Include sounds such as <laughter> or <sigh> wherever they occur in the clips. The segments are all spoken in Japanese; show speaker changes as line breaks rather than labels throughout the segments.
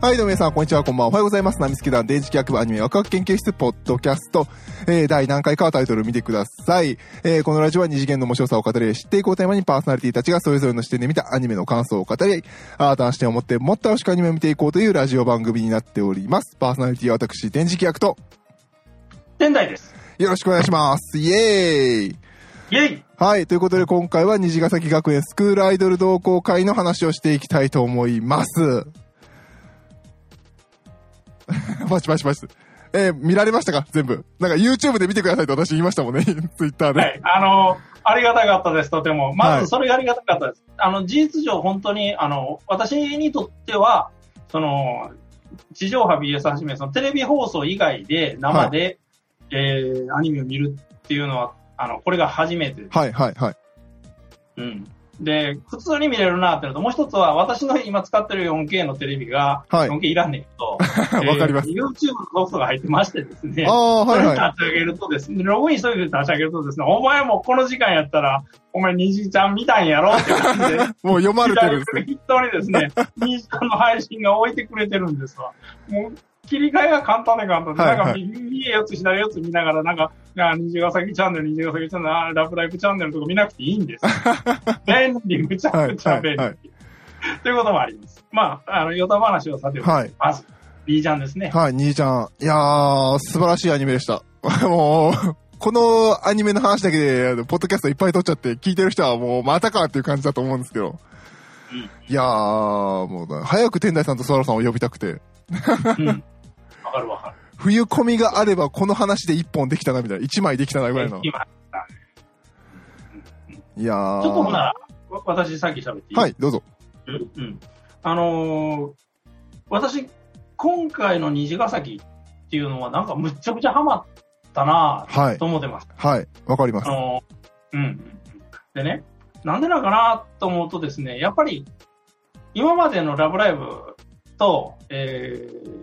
はい、どうも皆さん、こんにちは、こんばんは。おはようございます。ナミスケ団、電磁気学部アニメ、ワクワク研究室、ポッドキャスト、えー、第何回かはタイトルを見てください。えー、このラジオは二次元の面白さを語り、知っていこうテーマにパーソナリティたちがそれぞれの視点で見たアニメの感想を語り、新たな視点を持ってもっと楽しくアニメを見ていこうというラジオ番組になっております。パーソナリティは私、電磁気学と、
仙台です。
よろしくお願いします。イエーイ
イェイ
はい。ということで、今回は虹ヶ崎学園スクールアイドル同好会の話をしていきたいと思います。 <laughs> パチパチパチ。えー見られましたか全部。なんか YouTube で見てくださいと私言いましたもんね。Twitter <laughs> で。
はい、あの、ありがたかったです、とても。ま
はい
ず、それがありがたかったです。あの、事実上、本当に、あの、私にとっては、その、地上波 BS はじめ、そのテレビ放送以外で、生で、えー、アニメを見るっていうのは、あの、これが初めて。
はいはいはい。
うん。で、普通に見れるなってのと、もう一つは、私の今使ってる 4K のテレビが、
はい
4K いらんねんけど、え
<laughs>
ー
わかります
YouTube のソフトが入ってましてですね。
ああ、
そ
は
れ
い
で <laughs>
はい。
立ち上げるとですね、ログインしといて立ち上げるとですね、お前もこの時間やったら、お前、虹ちゃん見たんやろって感
<laughs>
じで、
もう読まれてるんですね。
左側にです
<laughs>
ね、虹ちゃんの配信が置いてくれてるんですわ。もう、切り替えが簡単で簡単で、
はい
な
は
んか右4つ、左4つ見ながら、なんか、あ虹ヶ崎チャンネル、虹ヶ崎チャンネル、あラブライブチャンネルとか見なくていい
<laughs>
んですよ。便利、むちゃくちゃ便利。
はいはい
ということもあります。まあ、あの、余談話をさておき、
はい
まず、B ちゃんですね。
はい、兄ちゃん。いやー、素晴らしいアニメでした。 <laughs> もう、このアニメの話だけで、ポッドキャストいっぱい撮っちゃって、聞いてる人はもう、またかっていう感じだと思うんですけど。
うん
いやー、もう、早く天台さんとソラさんを呼びたくて、
うん。わかるわかる。
冬込みがあれば、この話で一本できたな、みたいな。一枚できたな、ぐらいの。い
今
やー。
ちょっとほな、わ私さっき喋っていい、
はい、どうぞ。
うんうんあのー私、今回の虹ヶ崎っていうのは、なんかむっちゃくちゃハマったな
はい
ぁと、思ってます。
はい、わかります
あ。のーうんうんうん。でね、なんでなのかなと思うとですね、やっぱり、今までのラブライブと、えー、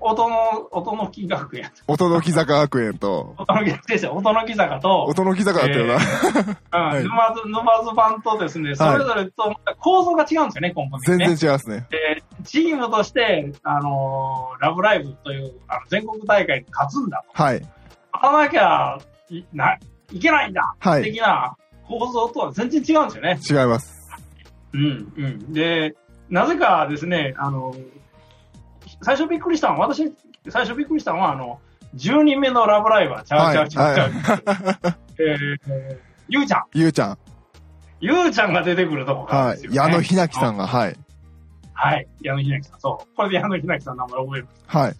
音の、音の木学園、
音の木坂学園と、
音の木先生、音の木坂と、
音の木坂だったよな。い
うん、沼津、沼津版とですね、それぞれとまた構造が違うんですよね、根本的
全
にね。
然違いますね。
でチームとして、あのーラブライブというあの全国大会に勝つんだと。
はい、
勝たなきゃいないけないんだ、
はい、違い
的な構造とは全然違うんですよね。
ます。
うん、うん。で、なぜかですね、あのー最初びっくりしたのは、私、最初びっくりしたのは、あの、10人目のラブライバー、ちゃうちゃうちゃうちゃう。 <laughs> えーゆうちゃん、
ゆうちゃん、
ゆうちゃんが出てくるとこから
は
ですよ、
い、
ね。
矢野ひなきさんが、はい、
はい。矢野ひなきさん。そう。これで矢野ひなきさんの名前覚えました。
はい、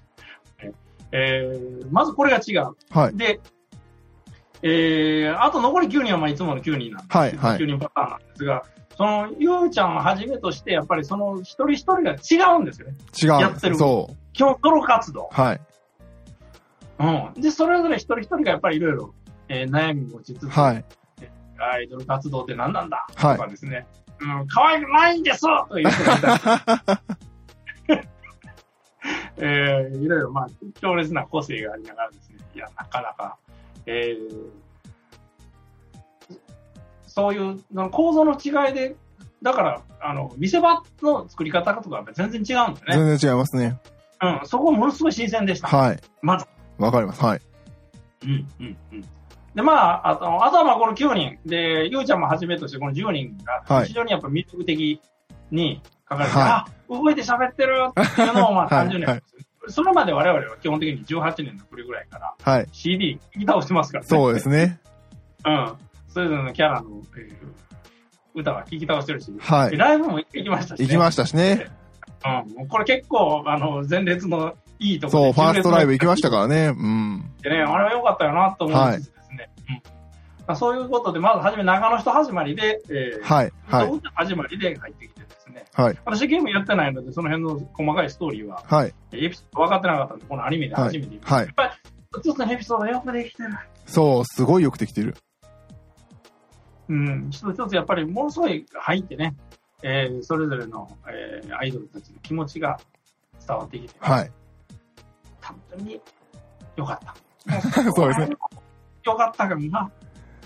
えー、まずこれが違う。
はい、
で、えー、あと残り9人はまあいつもの9人なんで
はい、
す、
はい
9。人パターンなんですが、その、ゆうちゃんをはじめとして、やっぱりその一人一人が違うんですよね。
違う。
やってる
そう。
基本、ソロ活動。
はい。
うん。で、それぞれ一人一人がやっぱりいろいろ、えー悩み持ちつつ、
はい。
アイドル活動って何なんだ、
はい
とかですね、うん、可愛くないんですとか言ってみたいな。えー、いろいろ、まあ、強烈な個性がありながらですね、いや、なかなか、えーそういうの構造の違いで、だから、あの、見せ場の作り方とかは全然違うんだよね。
全然違いますね。
うん、そこものすごい新鮮でした。
はい。
まず
わかります。はい。
うんうんうんで、まあ、あと、あとはまあこの9人、で、ゆうちゃんもはじめとしてこの10人
は
が、
い
非常にやっぱ魅力的に書かれて、
は
あ、動いて喋ってるっていうのをまあ
はい
30年、
はい
それまで我々は基本的に18年のくりぐらいから
はい。
CD 聞き倒してますからね。
そうですね。
うん。それぞれのキャラの、えー歌は聞き倒してるし、
は
で
い。
ライブも行きましたし、ね。
行きましたしね。
うん。もうこれ結構、あの、前列のいいところ
そう、ファーストライブ行きま
た
したからね。うん。
でね、あれは良かったよなと思いつつですね。うんまあ、そういうことで、まずはじめ長野人始まりで、えー
はい。はい。
人始まりで入ってきてですね。
はい。
私ゲームやってないので、その辺の細かいストーリーは、
はい。
えーエピソード分かってなかったんで、このアニメで初めて見た、
はいはい
やっぱり、一つのエピソードがよくできてる。
そう、すごいよくできてる。
うん、一つ一つやっぱりものすごい入ってね、えーそれぞれの、えーアイドルたちの気持ちが伝わってきて、
はい。
本当に良かった。
<laughs> そうですね。
よかったかもな。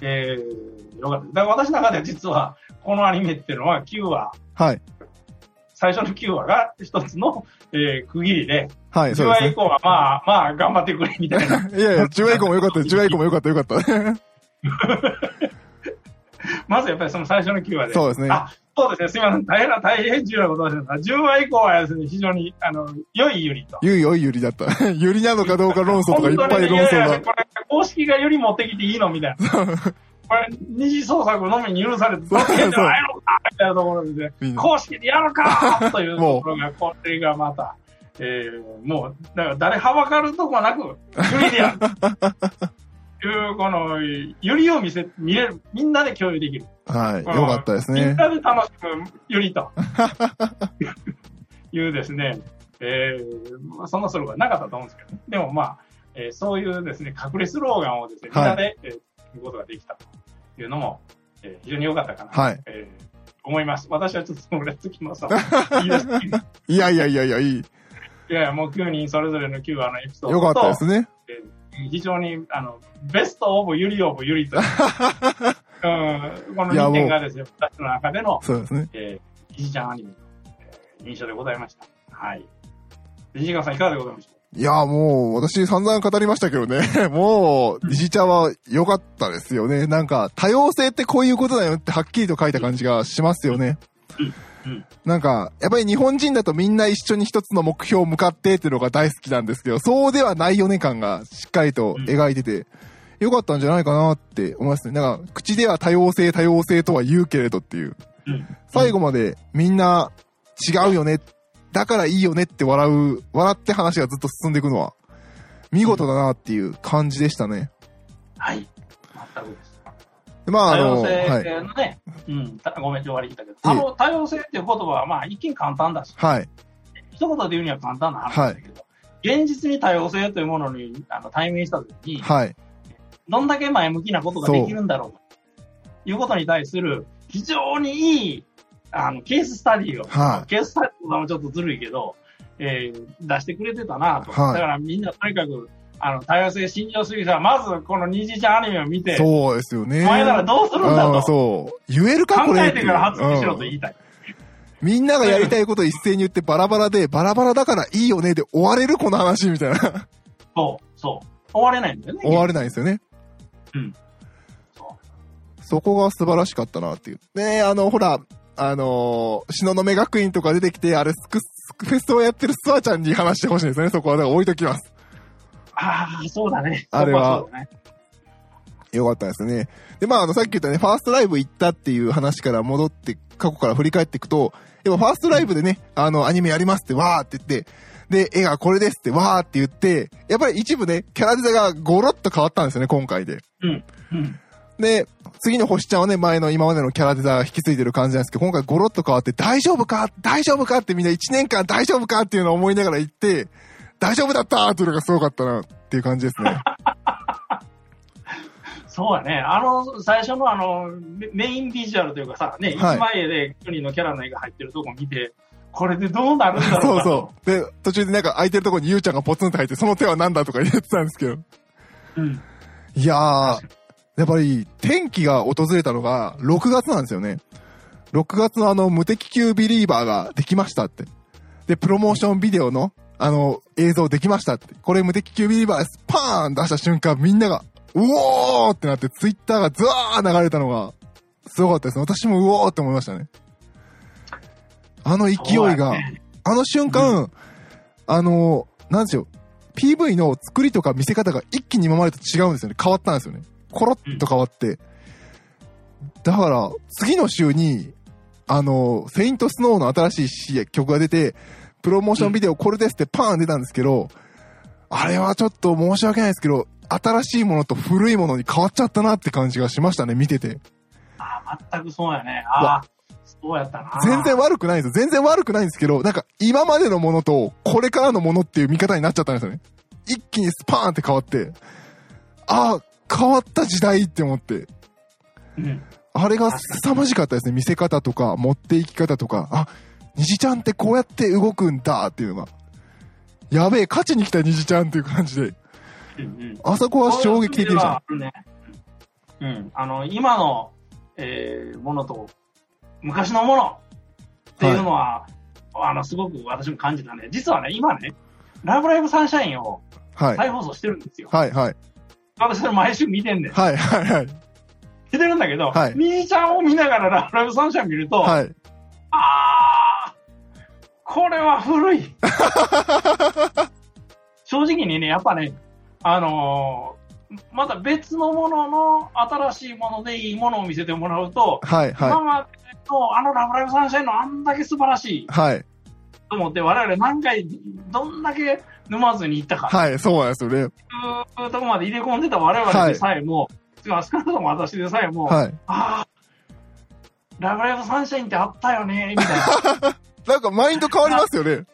えー、よかった。だから私の中では実は、このアニメっていうのは9話、
はい。
最初の9話が一つの、えー区切りで、
はい、
10
そうで
話
す
以
ね。
降はまあ、まあ、頑張ってくれみたいな。 <laughs>
いやいや、10話以降もよかった、10話以降もよかった、よかった。
まずやっぱりその最初の9話で。
そうですね
あ、そうですね。すみません。大変な、大変重要なことをしてた。10話以降はですね、非常に、あの、良いユニット。
ゆいおいゆりだった。 <laughs> ゆりなのかどうか論争とかいっぱい
ね、い
論
やい
争
や、
が。
これ、公式がより持ってきていいのみたいな。これ、二次創作のみに許されて、どうしてんじゃないのかみたいなところで、
いいね
公式でやるかというと
もう
ころが、これがまた、えー、もう、だから誰はばかるとこなく、ユリ
<laughs>
でやる。という、この、ユリを見せ、見れる、みんなで共有できる。
はい、よかったです
みん
ね。
なで楽しむユ
<laughs>
リというですね、えーまあ、そんなスローガンなかったと思うんですけど、でもまあ、えーそういうですね、隠れスローガンをですね、みんなで、えー見ることができたというのも、えー非常に良かったかな、
はい
えー思います。私はちょっとそのレッツキ
<laughs>
マさん、言い出しすぎて
いやいやいやいや、いい。
いやいや、もう9人それぞれの9話のエピソー
よか
ド
ったで
と、
すね。
えー非常に、あの、ベストオブユリオブユリ
<laughs>
という、うん、この
いやも
2
う
点がですね、私の中での、
そうですね。
えー、ひじちゃんアニメの、えー印象でございました。はい。ジジカワさんいかがでございました
いや、もう、私散々語りましたけどね。 <laughs> もう、石井ちゃんは良かったですよね。なんか、多様性ってこういうことだよってはっきりと書いた感じがしますよね
うんうん。
なんか、やっぱり日本人だとみんな一緒に一つの目標を向かってっていうのが大好きなんですけど、そうではないよね感がしっかりと描いてて、良かったんじゃないかなって思いますね。なんか、口では多様性多様性とは言うけれどっていう。
うん。
最後までみんな違うよね、だからいいよねって笑う、笑って話がずっと進んでいくのは、見事だなっていう感じでしたね。
はい。全くです。
でまあ、
多
あの、
様
は
性
い。
のね、うん、たごめん、ちょっと割り切ったけど、あの、多様性っていう言葉は、まあ、一見簡単だし、
はい。
一言で言うには簡単な話だけど、現実に多様性というものにあの対面したときに、
はい。
どんだけ前向きなことができるんだろうということに対する、非常にいいあのケーススタディを、
はい
ケーススタディもちょっとずるいけど、えー出してくれてたなと、
はい
だからみんなとにかくあの多様性信条主義者は、まずこの二次ちゃんアニメを見て、
そうですよね。
お前ならどうするんだ
う
と
ん、そう。言えるか、こ
考
れ。
えてから発言しろと言
うん
いたい。
みんながやりたいこと一斉に言ってバラバラで、バラバラだからいいよねで終われる、この話、みたいな。
そう、そう。終われないんだよね。
終われないですよね。
そ
そこが素晴らしかったなっていう。ねあの、ほら、あのー、東雲学院とか出てきて、あれ、スク、スクフェスをやってるスワちゃんに話してほしいですね。そこは、だから置いときます。
うああ、そうだね。
あれは
そこそうだね
よかったですね。で、まあ、あの、さっき言ったね、ファーストライブ行ったっていう話から戻って、過去から振り返っていくと、やっぱファーストライブでね、あの、アニメやりますって、わーって言って、で、絵がこれですって、わーって言って、やっぱり一部ね、キャラデザがゴロッと変わったんですよね、今回で。
うん、うん。
で、次の星ちゃんはね、前の今までのキャラデザが引き継いでる感じなんですけど、今回ゴロッと変わって、大丈夫か大丈夫かってみんな1年間大丈夫かっていうのを思いながら言って、大丈夫だったーっていうのがすごかったなっていう感じですね。
そうやね、あの最初のあのメメインビジュアルというかさ、ね、一
はい
枚絵で1人のキャラの絵が入ってるとこ見て、これでどうなるんだろう
<laughs>
か
そうそう。で、途中でなんか空いてるとこにゆうちゃんがポツンと入って、その手は何だとか言ってたんですけど。
う、ん、
いやー、やっぱり天気が訪れたのが6月なんですよね。6月のあの無敵級ビリーバーができましたって。で、プロモーションビデオのあの映像できましたって。これ無敵級ビリーバーです。パーン出した瞬間みんなが、うおーってなってツイッターがズワー流れたのがすごかったですね。私もうおーって思いましたね。あの勢い
そうや
が、
ね
あの瞬間、あの、なんですよ。PV の作りとか見せ方が一気に今までと違うんですよね。変わったんですよね。コロッと変わって。だから、次の週に、あの、セイントスノーの新しい曲が出て、プロモーションビデオこれですってパーン出たんですけど、あれはちょっと申し訳ないですけど、新しいものと古いものに変わっちゃったなって感じがしましたね、見てて。
あ全くそうやね、ああ、そうやったな、
全然悪くないんですよ。全然悪くないんですけど、なんか今までのものとこれからのものっていう見方になっちゃったんですよね。一気にスパーンって変わって、ああ、変わった時代って思って。
うん、
あれが凄まじかったですね。見せ方とか、持っていき方とか、あ、虹ちゃんってこうやって動くんだっていうのが。やべえ、勝ちに来た虹ちゃんっていう感じで。
うん、うん、
あそこは衝撃的でした。
そういう意味ではあるね、うん、あの今の、えーものと昔のものっていうのは、あの、すごく私も感じたね。実はね、今ね、ラブライブサンシャインを
はい。
再放送してるんですよ。
はい、はい。
私それ毎週見てんねん。
はい、はい、はい。
見てるんだけど、
はい
ミニちゃんを見ながらラブライブサンシャイン見ると、
はい。
あー、これは古い。正直にね、やっぱね、あのーまた別のものの新しいものでいいものを見せてもらうと、
はい、
今
は
までのあのラブライブサンシャインのあんだけ素晴らしい
い。はい。
と思って、我々何回、どんだけ沼津に行ったか
はい、そうなんですよね。
っていうとこまで入れ込んでた我々でさえも、少なくとも私でさえも、
はい。
ああ、ラブライブサンシャインってあったよね、みたいな。
なんかマインド変わりますよね。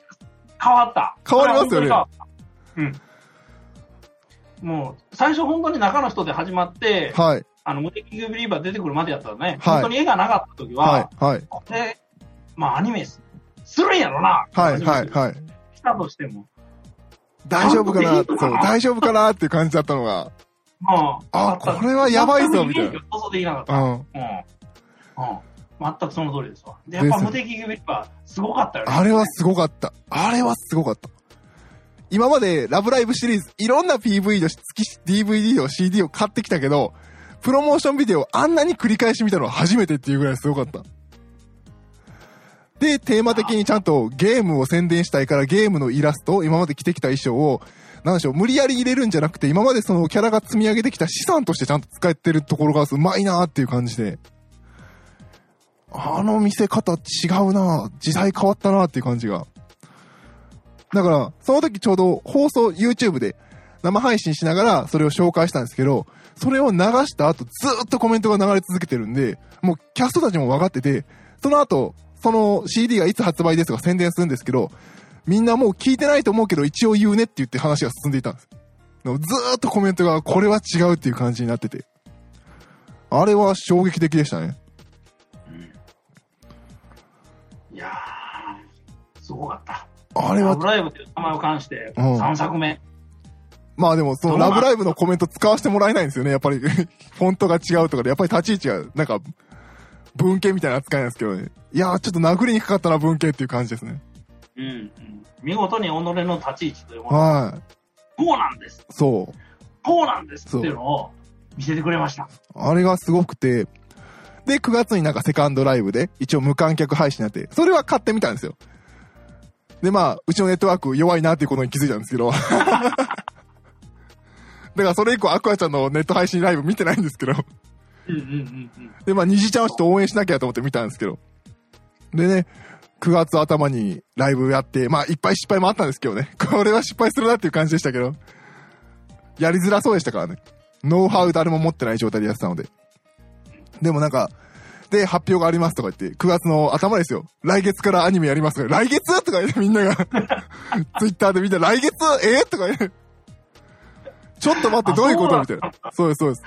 変わった。
変わりますよね
本当に変わったうん。もう、最初本当に中の人で始まって、
はい。
あの、モテキングビリーバー出てくるまでやったらね、
はい
本当に絵がなかった時は、
はい、はい。
これ、まあアニメするんやろな、
はい、はい、はい。
来たとしても、
大丈夫か
あ
な
これいい
そ
のか
う、
な
大丈夫かなっていう感じだったのが、
ま
あ、これはやばいぞ、みたい
な。想像できなかった。
な。うん。
うん。うん。全くその通りですわ。で、やっ
です
ぱ
よ
無敵グビリッパー、すごかったよね。
あれはすごかった。あれはすごかった。今までラブライブシリーズ、いろんな PV とし月し DVD と CD を買ってきたけど、プロモーションビデオをあんなに繰り返し見たのは初めてっていうぐらいすごかった。で、テーマ的にちゃんとゲームを宣伝したいからゲームのイラスト、今まで着てきた衣装を、なんでしょう、無理やり入れるんじゃなくて、今までそのキャラが積み上げてきた資産としてちゃんと使ってるところがうまいなーっていう感じで。あの見せ方違うな時代変わったなっていう感じが。だから、その時ちょうど放送 YouTube で生配信しながらそれを紹介したんですけど、それを流した後ずーっとコメントが流れ続けてるんで、もうキャストたちも分かってて、その後、その CD がいつ発売ですとか宣伝するんですけど、みんなもう聞いてないと思うけど一応言うねって言って話が進んでいたんです。でもずーっとコメントがこれは違うっていう感じになってて。あれは衝撃的でしたね。
いやー、すごかった。
あれ
ラ
は
ブライブという名前を冠して、
うん
3作目。
まあでも、その、
どうな
ラ
ん
ブライブのコメント使わせてもらえないんですよね。やっぱり <laughs> 、フォントが違うとかで、やっぱり立ち位置が、なんか、文系みたいな扱いなんですけどね。いやー、ちょっと殴りにかかったな、文系っていう感じですね。
うん、うん。見事に己の立ち位置というもの、
はい。
こうなんです、
そう。
こうなんですっていうのを見せてくれました。
あれがすごくて、で、9月になんかセカンドライブで、一応無観客配信になって、それは買ってみたんですよ。で、まあ、うちのネットワーク弱いなっていうことに気づいたんですけ
<laughs>
ど。だからそれ以降、アクアちゃんのネット配信ライブ見てないんですけど。
うんうんうんうん。
で、まあ、虹ちゃんをちょっと応援しなきゃと思って見たんですけど。でね、9月頭にライブやって、まあ、いっぱい失敗もあったんですけどね。 <laughs> これは失敗するなっていう感じでしたけど。やりづらそうでしたからね。ノウハウ誰も持ってない状態でやってたので。でもなんか、で、発表がありますとか言って、9月の頭ですよ。来月からアニメやりますとか、来月とか言ってみんなが、 <laughs> ツイッターでみんな、来月えーとか言って、ちょっと待って、どういうことみたいな。そうです、そうです。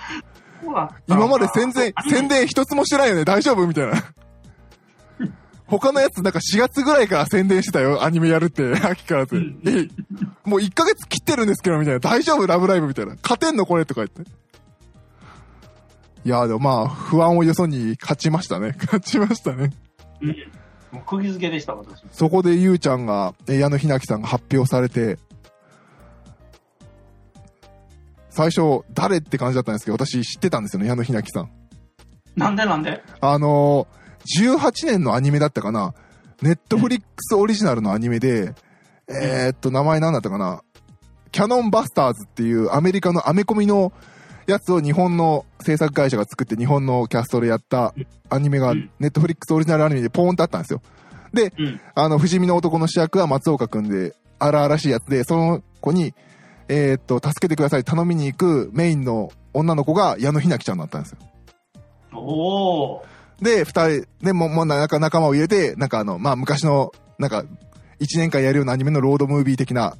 そうだったの
今
か
まで宣伝、宣伝一つもしてないよね、大丈夫みたい
<laughs>
な。他のやつなんか4月ぐらいから宣伝してたよ、アニメやるって、秋からって。えもう1ヶ月切ってるんですけど、みたいな。大丈夫ラブライブみたいな。勝てんのこれとか言って。いやーでもまあ、不安をよそに勝ちましたね。 <laughs> 勝ちましたね。
うんもう釘付けでした、私。
そこでゆうちゃんが、え矢野ひなきさんが発表されて、最初、誰って感じだったんですけど、私知ってたんですよね、矢野ひなきさん。
なんでなんで
あのー、18年のアニメだったかな。ネットフリックスオリジナルのアニメで、えーっと、名前なんだったかな。キャノンバスターズっていうアメリカのアメコミのやつを日本の制作会社が作って日本のキャストでやったアニメが
うん
ネットフリックスオリジナルアニメでポーンとあったんですよ。で、
うん。
あの、不死身の男の主役は松岡くんで、荒々しいやつで、その子に、えーっと、助けてください、頼みに行くメインの女の子が矢野ひなきちゃんだったんですよ。
おー。
で、二人でも、もうなんか仲間を入れて、なんかあの、まあ昔の、なんか、一年間やるようなアニメのロードムービー的な、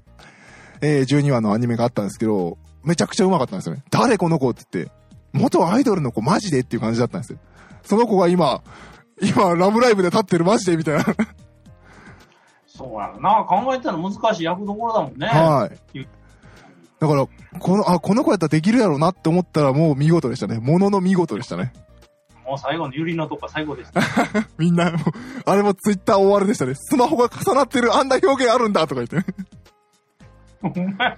えー、12話のアニメがあったんですけど、めちゃくちゃうまかったんですよね。誰この子って言って、元アイドルの子マジでっていう感じだったんですよ。その子が今、今、ラブライブで立ってるマジでみたいな。
そうやろな。考えたら難しい役どころだもんね。
はい。だから、この、あ、この子やったらできるやろうなって思ったらもう見事でしたね。ものの見事でしたね。
ももう最後のユリのとこは <laughs> 最後です。
みんな、もうあれもツイッター終わるでしたね。スマホが重なってる、あんな表現あるんだとか言ってね。
ほんまや、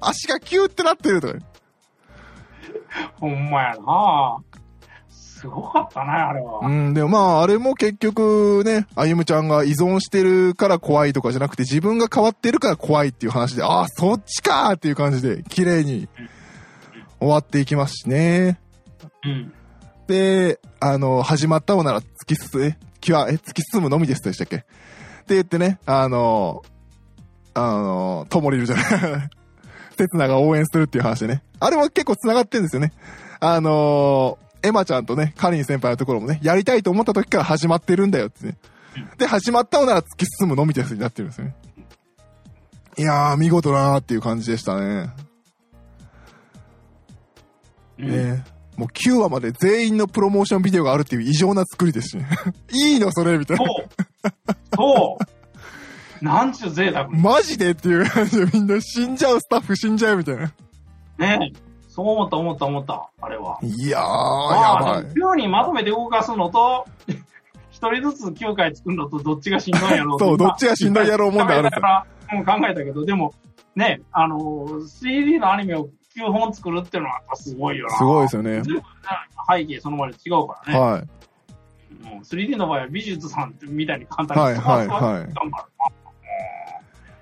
足がキューってなってるとかね
ほんまやなすごかったな、あれは。
うん、でもまあ、あれも結局ね、あゆむちゃんが依存してるから怖いとかじゃなくて、自分が変わってるから怖いっていう話で、ああ、そっちかーっていう感じで、綺麗に終わっていきますしね。
うん。
で、あの、始まったのなら突き進む、え、きわ、え、突き進むのみですでしたっけって言ってね、あの、あの、ともりるじゃない。 <laughs> せつなが応援するっていう話でね。あれも結構繋がってるんですよね。あの、エマちゃんとね、カリン先輩のところもね、やりたいと思った時から始まってるんだよってね。で、始まったのなら突き進むのみですになってるんですよね。いやー、見事だなーっていう感じでしたね。
うん
ねもう9話まで全員のプロモーションビデオがあるっていう異常な作りですしね。いいのそれみたい
そ
な。
う。そう。なんちゅう贅沢。
マジでっていう感じでみんな死んじゃうスタッフ死んじゃうみたいな。
ねそう思った思った思った、あれは。
いやー、
まあ、
やばい。
9人まとめて動かすのと、 <laughs> 一人ずつ9回作るのとどっちがしんどいんや
<laughs>
ろ
そう
ま
どっちがしんどいやろう問題あるんですよ
考えたからうん考えたけど、でも、ね、あのー、3D のアニメを9本作るっていうのはやっぱすごいよな。
すごいですよね
全。部ね背景そのまで違うからね。
は
もう 3D の場合は美術さんみたいに簡単に
はいはいはい
使うから
い。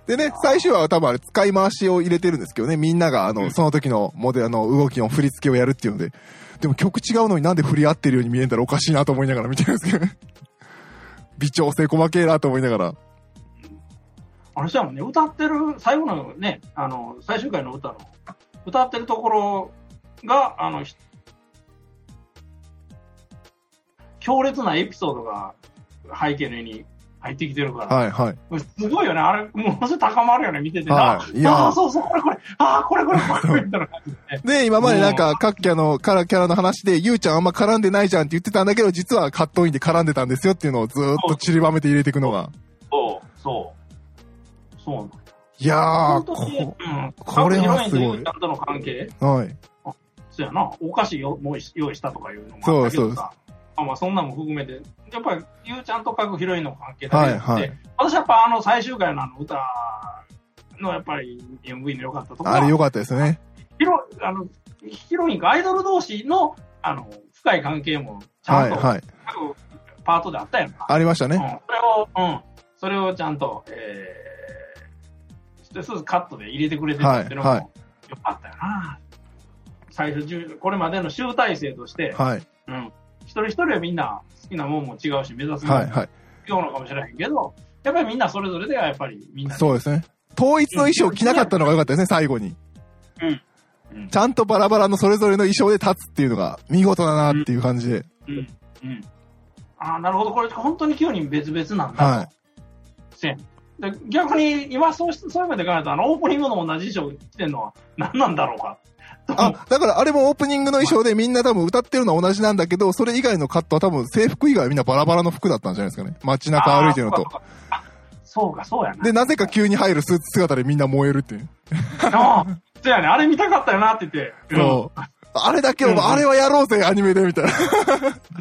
でね、最終話は多分あれ使い回しを入れてるんですけどね、みんながあの、その時のモデルあの動きの振り付けをやるっていうので、でも曲違うのになんで振り合ってるように見えんだらおかしいなと思いながら見てるんですけど、微調整細けえなと思いながら。
あれじゃもんね、歌ってる、最後のね、あの、最終回の歌の、歌ってるところが、あの、ひ強烈なエピソードが背景の絵に入ってきてるから、
はいはい。
すごいよね、あれ、ものすごい高まるよね、見ててな。
はいいや
ああ、そうそう、これこれ、ああ、これこれ、これ、みたいな感じで。
で、今までなんか各キャラの、カラキャラの話で、ゆうちゃんあんま絡んでないじゃんって言ってたんだけど、実はカットインで絡んでたんですよっていうのをずーっと散りばめて入れていくのが。
そう、そう。そうなんだ
いやー、
本当に
こ、
うん、
これはすごい
各ヒロインとユーちゃんとの関係
はい。
そうやな、お菓子よもう用意したとかいうのもあったけどさ、まあ、まあそんなんも含めて、やっぱりゆうちゃんと各ヒロインの関係だけで、
はいはい
私やっぱあの最終回のあの歌のやっぱり MV の良かったところ
あれ良
は
かったですね。
ヒロあのヒロインかアイドル同士のあの深い関係もちゃ
は
ん
い
と
はい。
各パートであったやんか。
ありました
うん
ね。、
それを、うん、それをちゃんと、えー、一つずつカットで入れてくれてるっていうのも
はい
よ
は
かったよな。最初じゅう、これまでの集大成として、
はい
うん、一人一人はみんな好きなもんも違うし、目指すもん
は
も
い
違
はい。
うのかもしれへんけど、やっぱりみんなそれぞれではやっぱりみんなで、
そうですね。統一の衣装着なかったのが良かったですね、最後に。
うん
ちゃんとバラバラのそれぞれの衣装で立つっていうのが見事だなっていう感じで。
うんうん、ああ、なるほど、これ本当に9人別々なんだ、
はい。
せんで逆に今そうし、そういうことで考えたら、あのオープニングの同じ衣装着てるのは何なんだろうか。
あ、だからあれもオープニングの衣装でみんな多分歌ってるのは同じなんだけど、それ以外のカットは多分制服以外はみんなバラバラの服だったんじゃないですかね。街中歩いてるのと
あ。ー。そうか、そうかあそうかそうやな。
で、なぜか急に入るスーツ姿でみんな燃えるっていう。
あーそうやね、あれ見たかったよなって言って。
そう。あれだけは、あれはやろうぜ、アニメで、みたいな。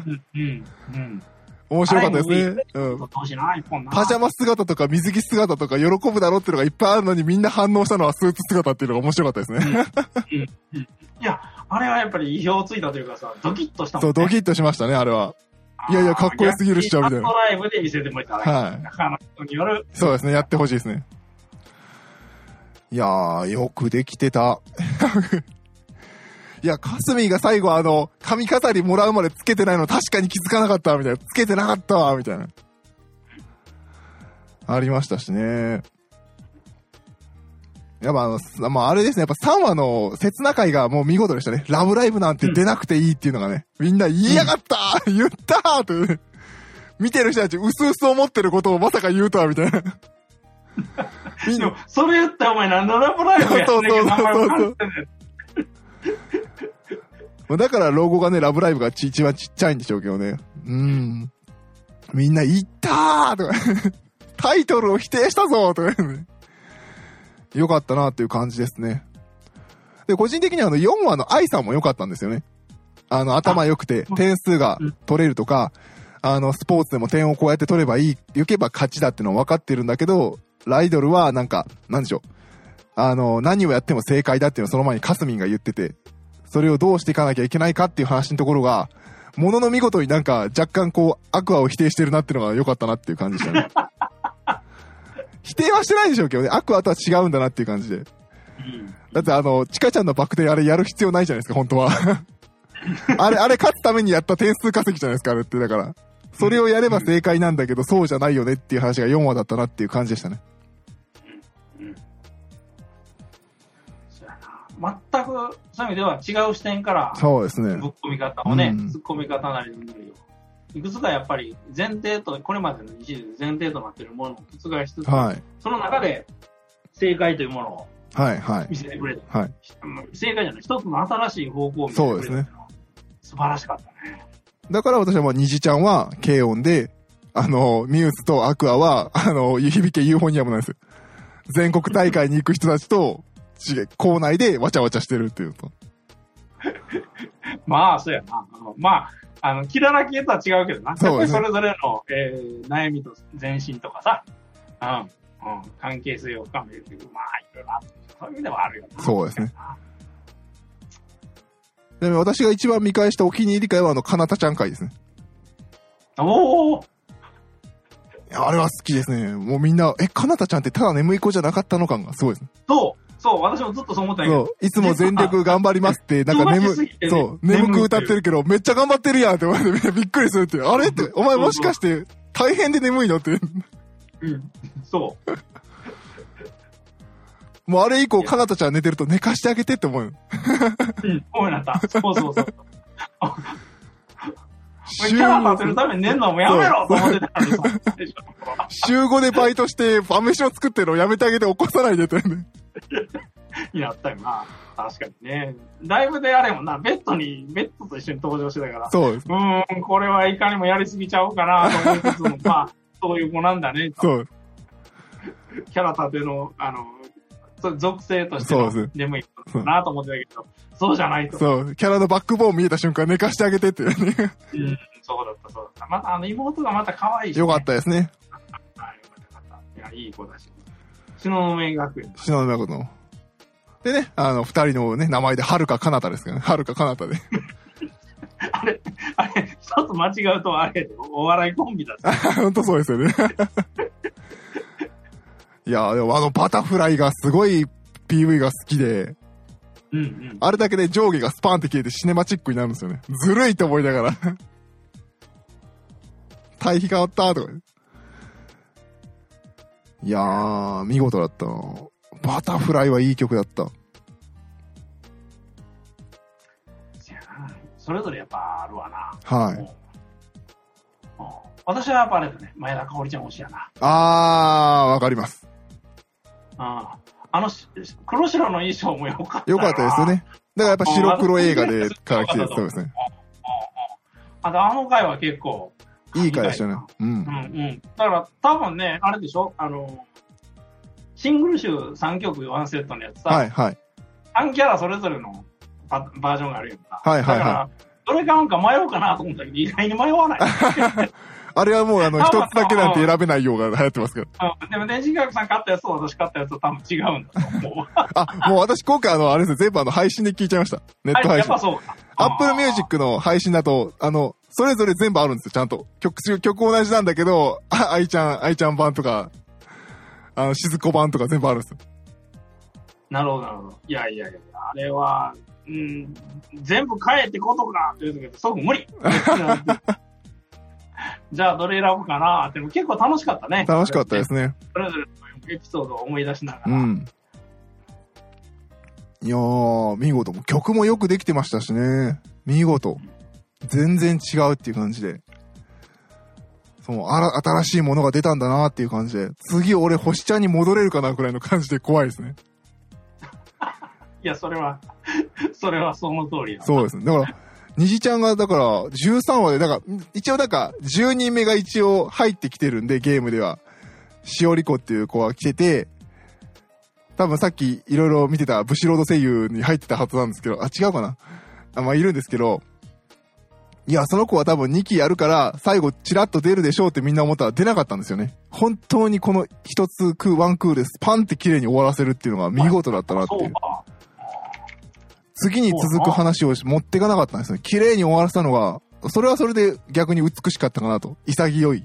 <laughs>
うん。うん。うん。
面白かったですね。う。
うんん。どうしな、一本な。
パジャマ姿とか水着姿とか喜ぶだろうっていうのがいっぱいあるのにみんな反応したのはスーツ姿っていうのが面白かったですね。
いや、あれはやっぱり意表をついたというかさ、ドキッとしたもん、
そう、
ね。
ドキッとしましたね、あれは。いやいやかっこよすぎるっしょみたいな
アライブで見せてもらったら、
はい
中の人による。
そうですね、やってほしいですね。いやー、よくできてた。 <laughs> いや、カスミが最後あの、髪飾りもらうまでつけてないの確かに気づかなかった、みたいな。つけてなかったわ、みたいな。ありましたしね。やっぱあの、すまああれですね、やっぱ3話の刹那回がもう見事でしたね。ラブライブなんて出なくていいっていうのがね、みんな言いやがった <laughs> ー言ったーというね、見てる人たち、うすうす思ってることをまさか言うとは、みたいな。みん
で
な
も、それ言ったらお前何のラブライブやってんねんけ
<laughs> そうそうそうそう
ど、名前わかんない
まあだからロゴがね、ラブライブがち一番ちっちゃいんでしょうけどね。うん。みんな、いったーとか、 <laughs> タイトルを否定したぞとか、ね、よかったなっていう感じですね。で、個人的にはあの4話の愛さんも良かったんですよね。あの、頭良くて
うん
点数が取れるとか、あの、スポーツでも点をこうやって取ればいい、行けば勝ちだってのは分かってるんだけど、ライドルはなんか、なんでしょう。あの、何をやっても正解だっていうのをその前にカスミンが言ってて、それをどうしていかなきゃいけないかっていう話のところが、ものの見事になんか若干こう、アクアを否定してるなっていうのが良かったなっていう感じでしたね。否定はしてないでしょうけどね、アクアとは違うんだなっていう感じで。
うん
だってあの、チカちゃんのバク転あれやる必要ないじゃないですか、本当は。あれ、あれ勝つためにやった点数稼ぎじゃないですか、あれって。だから。それをやれば正解なんだけど、そうじゃないよねっていう話が4話だったなっていう感じでしたね。
そやな全くそういう意味では違う視点から
そうですね。
ぶっ込み方もね、
うん
突っ込み方なりになりを、いくつかやっぱり前提と、これまでの一時の前提となっているものを覆しつつ、
はい。
その中で正解というものを
はい、はい。
見せてくれた、
はい。
うん正解じゃない、一つの新しい方向を見せてくれたっていうのは素晴らしかったね。
だから私はもう、虹ちゃんは軽音で、あの、ミューズとアクアは、あの、響けユーフォニアムなんですよ。全国大会に行く人たちと、ち校内でわちゃわちゃしてるっていうと。
まあ、そうやな。あのまあ、あの、キララ系とは違うけどな。
そうですね
やっぱりそれぞれの、えー悩みと前進とかさ、うん、うん、関係性を深めるっていう、まあ、いろいろある。そういう意味ではあるよな。
そうですね。ちなみに私が一番見返したお気に入り会は、あの、かなたちゃん会ですね。
おお
いやあれは好きですね。もうみんな、え、かなたちゃんってただ眠い子じゃなかったの感がすごいですね。
そう、そう、私もずっとそう思ったんやけ
そ
ど、
う。いつも全力頑張ります
<laughs>
って、なんか
忙しす
眠
ぎて、ね
そう、眠く歌ってるけど、めっちゃ頑張ってるやんって思ってみんなびっくりするっていう。あれって、お前もしかして大変で眠いのって。
うん、そう。
もうあれ以降、かなたちゃん寝てると寝かしてあげてって思うよ。
うん、こうなった。そうそ
<laughs>
うそう。キ
週
ャラ立てるために寝るのはもうやめろと思ってたのにさ、最初の頃は
週5でバイトして、晩飯を作ってるのをやめてあげて起こさないでって、ね。
になったよな。確かにね。ライブであれもな、ベッドに、ベッドと一緒に登場してたから、
そうです。
うーん、これはいかにもやりすぎちゃおうかなと思いつつも、まあ、そういう子なんだねと。
そう。
キャラ立ての、あの、そ属性としての
そうです
眠い子だなと思ってたけど、そうじゃないと。
そう。キャラのバックボーン見えた瞬間、寝かしてあげてって、ね。
うん、そうだった、そうだった。また、あの、妹がまた可愛いし、ね。
よかったですね。
はいよかったよかった。いや、いい子だし。篠宮学園。
篠宮君の。でね、あの、二人のね、名前で、はるかかなたですけどね。はるかかなたで。
<laughs> あれ、あれ、ちょっと間違うとあれ、お笑いコンビだった。
ほんとそうですよね。いやー、でもあのバタフライがすごい PV が好きで、
うんうん。
あれだけで上下がスパンって消えてシネマチックになるんですよね。ずるいと思いながら。対比変わったとか。いやー、見事だったなバタフライはいい曲だった。
そやなそれぞれやっぱあるわな。
はい。
うんうん私はやっぱあれだね、前田香織ちゃん推しやな。
あー、わかります。
うんあのし、黒白の衣装もよかった。
よかったですよ。ね。だからやっぱ白黒映画でから来て、そうですね。
あと、あの回は結構。
いい回でしたね。う。
うんんうん。だから、多分ね、あれでしょあの、シングル集3曲1セットのやつさ、
はいはい。
3キャラそれぞれのババージョンがあるやんか。
はいはいはい
だから、どれかなんか迷うかなと思ったけど、意外に迷わない。
あれはもうあの、一つだけなんて選べないようが流行ってますけど。
うんでも、電子科学さん買ったやつと私買ったやつは多分違うんだと思う。
あ、もう私今回あの、あれですね、全部あの、配信で聞いちゃいました。ネット
あ
配
<laughs> やっ
信
ぱ。そうか。
アップルミュージックの配信だと、あの、それぞれ全部あるんですよ、ちゃんと。曲、曲同じなんだけど、あ、愛ちゃん、愛ちゃん版とか、あの、しずこ版とか全部あるんですよ。
なるほど、なるほど。いやいやいや、あれは、うん、全部変えってことかって言うんだけど、即無理 <laughs> じゃあ、どれ選ぶかなって、でも結構楽しかったね。。
楽しかったですすね。
それぞれのエピソードを思い出しなが
う
ら。
ん。いやー、見事。曲もよくできてましたしね。見事。全然違うっていう感じで。そう、あら、新しいものが出たんだなっていう感じで。次俺、星ちゃんに戻れるかなくらいの感じで怖いですね。
いや、それは、それはその通りだ。
そうですね。だから、虹ちゃんが、だから、13話で、だから、一応なんか、10人目が一応入ってきてるんで、ゲームでは。しおりこっていう子が来てて、多分さっきいろいろ見てたブシロード声優に入ってたはずなんですけど、あ、違うかなあ、まあ、いるんですけど、いや、その子は多分2期やるから、最後チラッと出るでしょうってみんな思ったら出なかったんですよね。本当にこの一つクー、ワンクールでスパンって綺麗に終わらせるっていうのが見事だったなってい
そう
う。
か。
次に続く話を持っていかなかったんですよね。綺麗に終わらせたのが、それはそれで逆に美しかったかなと。潔い。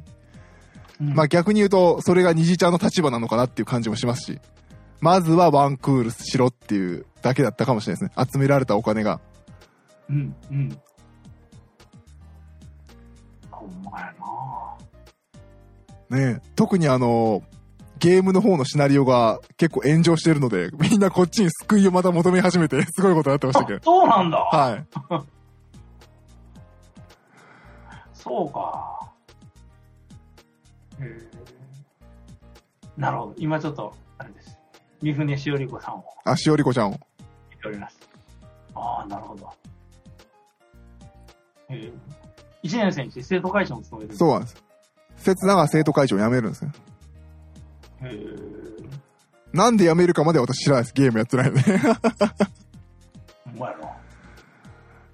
うん
まあ逆に言うと、それが虹ちゃんの立場なのかなっていう感じもしますし。まずはワンクールしろっていうだけだったかもしれないですね。集められたお金が。
うん、うん。ほんまやな
ねえ特にあの、ゲームの方のシナリオが結構炎上してるので、みんなこっちに救いをまた求め始めて、 <laughs> すごいことになってましたけど
あ。そうなんだ。
はい。
そうか。へえなるほど。今ちょっと、あれです。三船しおり子さんを
あ、しおりこちゃんを。
見ております。ああ、なるほど。えー、一年生にして生徒会長も務めてる。。
そううなんです。刹那が生徒会長を辞めるんですよ。
えー、
なんで辞めるかまでは私知らないです。ゲームやってないので。
ほんまやな。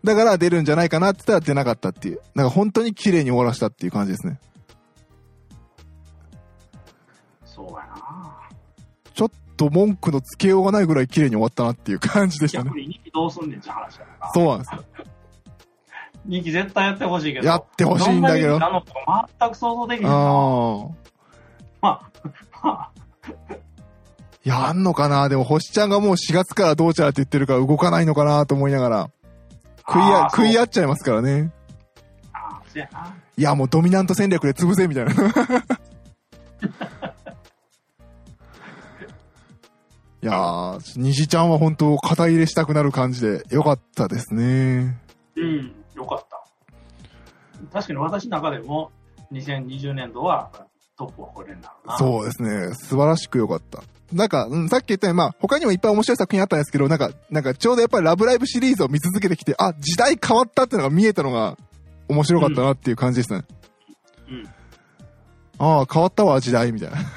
だから出るんじゃないかなって言ったら出なかったっていう。なんか本当に綺麗に終わらしたっていう感じですね。
そうやな。
ちょっと文句のつけようがないぐらい綺麗に終わったなっていう感じでしたね
逆。に2期どうすんねんって話やな。
そうなんですよ。
2期絶対やってほしいけど。
やってほしいんだけど
どんな人気なのか全く想像できへんな。
ああ。
まあ、まあ、
やんのかなでも星ちゃんがもう4月からどうちゃらって言ってるから動かないのかなと思いながら。食い
あ
あ、
ー
食い合っちゃいますからね。
ああ、そうやな。
いや、もうドミナント戦略で潰せみたい
<laughs>
な。いやー、虹ちゃんは本当、肩入れしたくなる感じで、よかったですね。
うん、よかった。確かに私の中でも、2020年度はトップをこれになるな。
そうですね。素晴らしく良かった。なんか、うん、さっき言ったように、まあ、他にもいっぱい面白い作品あったんですけど、なんか、なんか、ちょうどやっぱりラブライブシリーズを見続けてきて、あ、時代変わったっていうのが見えたのが、面白かったなっていう感じですね。
うん。
ああ、変わったわ、時代、みたいな。 <laughs>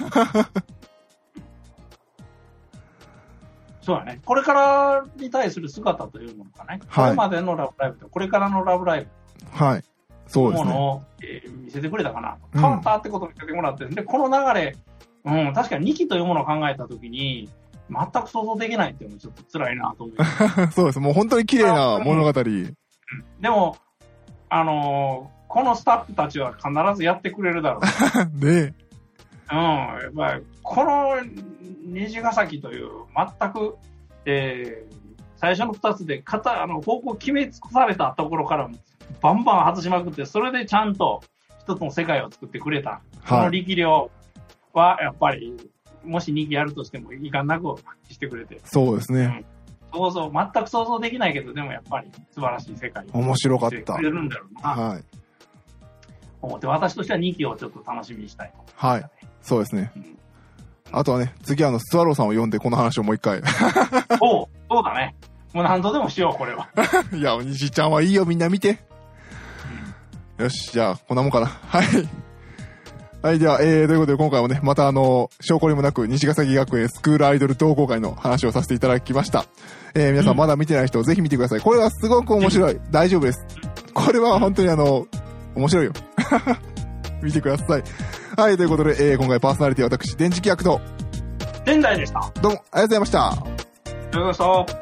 そうだね。これからに対する姿というものかね。
はい
これまでのラブライブと、これからのラブライブ
はい。そ
というう
です
も
ね。
のを、えー見せてくれたかな。
うん
変わったってことを見せてもらってるんで、この流れ、うん、確かに2期というものを考えたときに、全く想像できないっていうのもちょっと辛いなと思う。
<laughs> そうです。もう本当に綺麗な物語。 <laughs>
でも、あのーこのスタッフたちは必ずやってくれる
<laughs>
だろう。
で、
うん、やっぱりこの虹ヶ崎という全く、えー最初の2つで型あの方向決め尽くされたところからバンバン外しまくってそれでちゃんと一つの世界を作ってくれた、この
はい。
力量はやっぱりもし2期やるとしてもいかんなく発揮してくれて
そうですね。
想像全く想像できないけどでもやっぱり素晴らしい世界を
面白かった
作てくれるんだろうなと
はい。
思って私としては2期をちょっと楽しみにしたい
はい。そうですね
うん。
あとはね、次はあの、スワローさんを読んで、この話をもう一回。
おうそうだねもう何度でもしようこれはい
や、おにじちゃん <laughs> はいいよ、みんな見て。よし、じゃあ、こんなもんかな。 <laughs> はい。はい、では、えー、ということで今回もね、またあの、証拠にもなく、西ヶ崎学園スクールアイドル同好会の話をさせていただきました。えー、皆さ
うん
んまだ見てない人、ぜひ見てください。これはすごく面白い。大丈夫です。これは本当にあの、面白いよ。 <laughs> 見てください。はい、ということで、えー、今回パーソナリティは私、電磁気役と、
仙台でした
どうもありがとうございました。
よろしくお願いします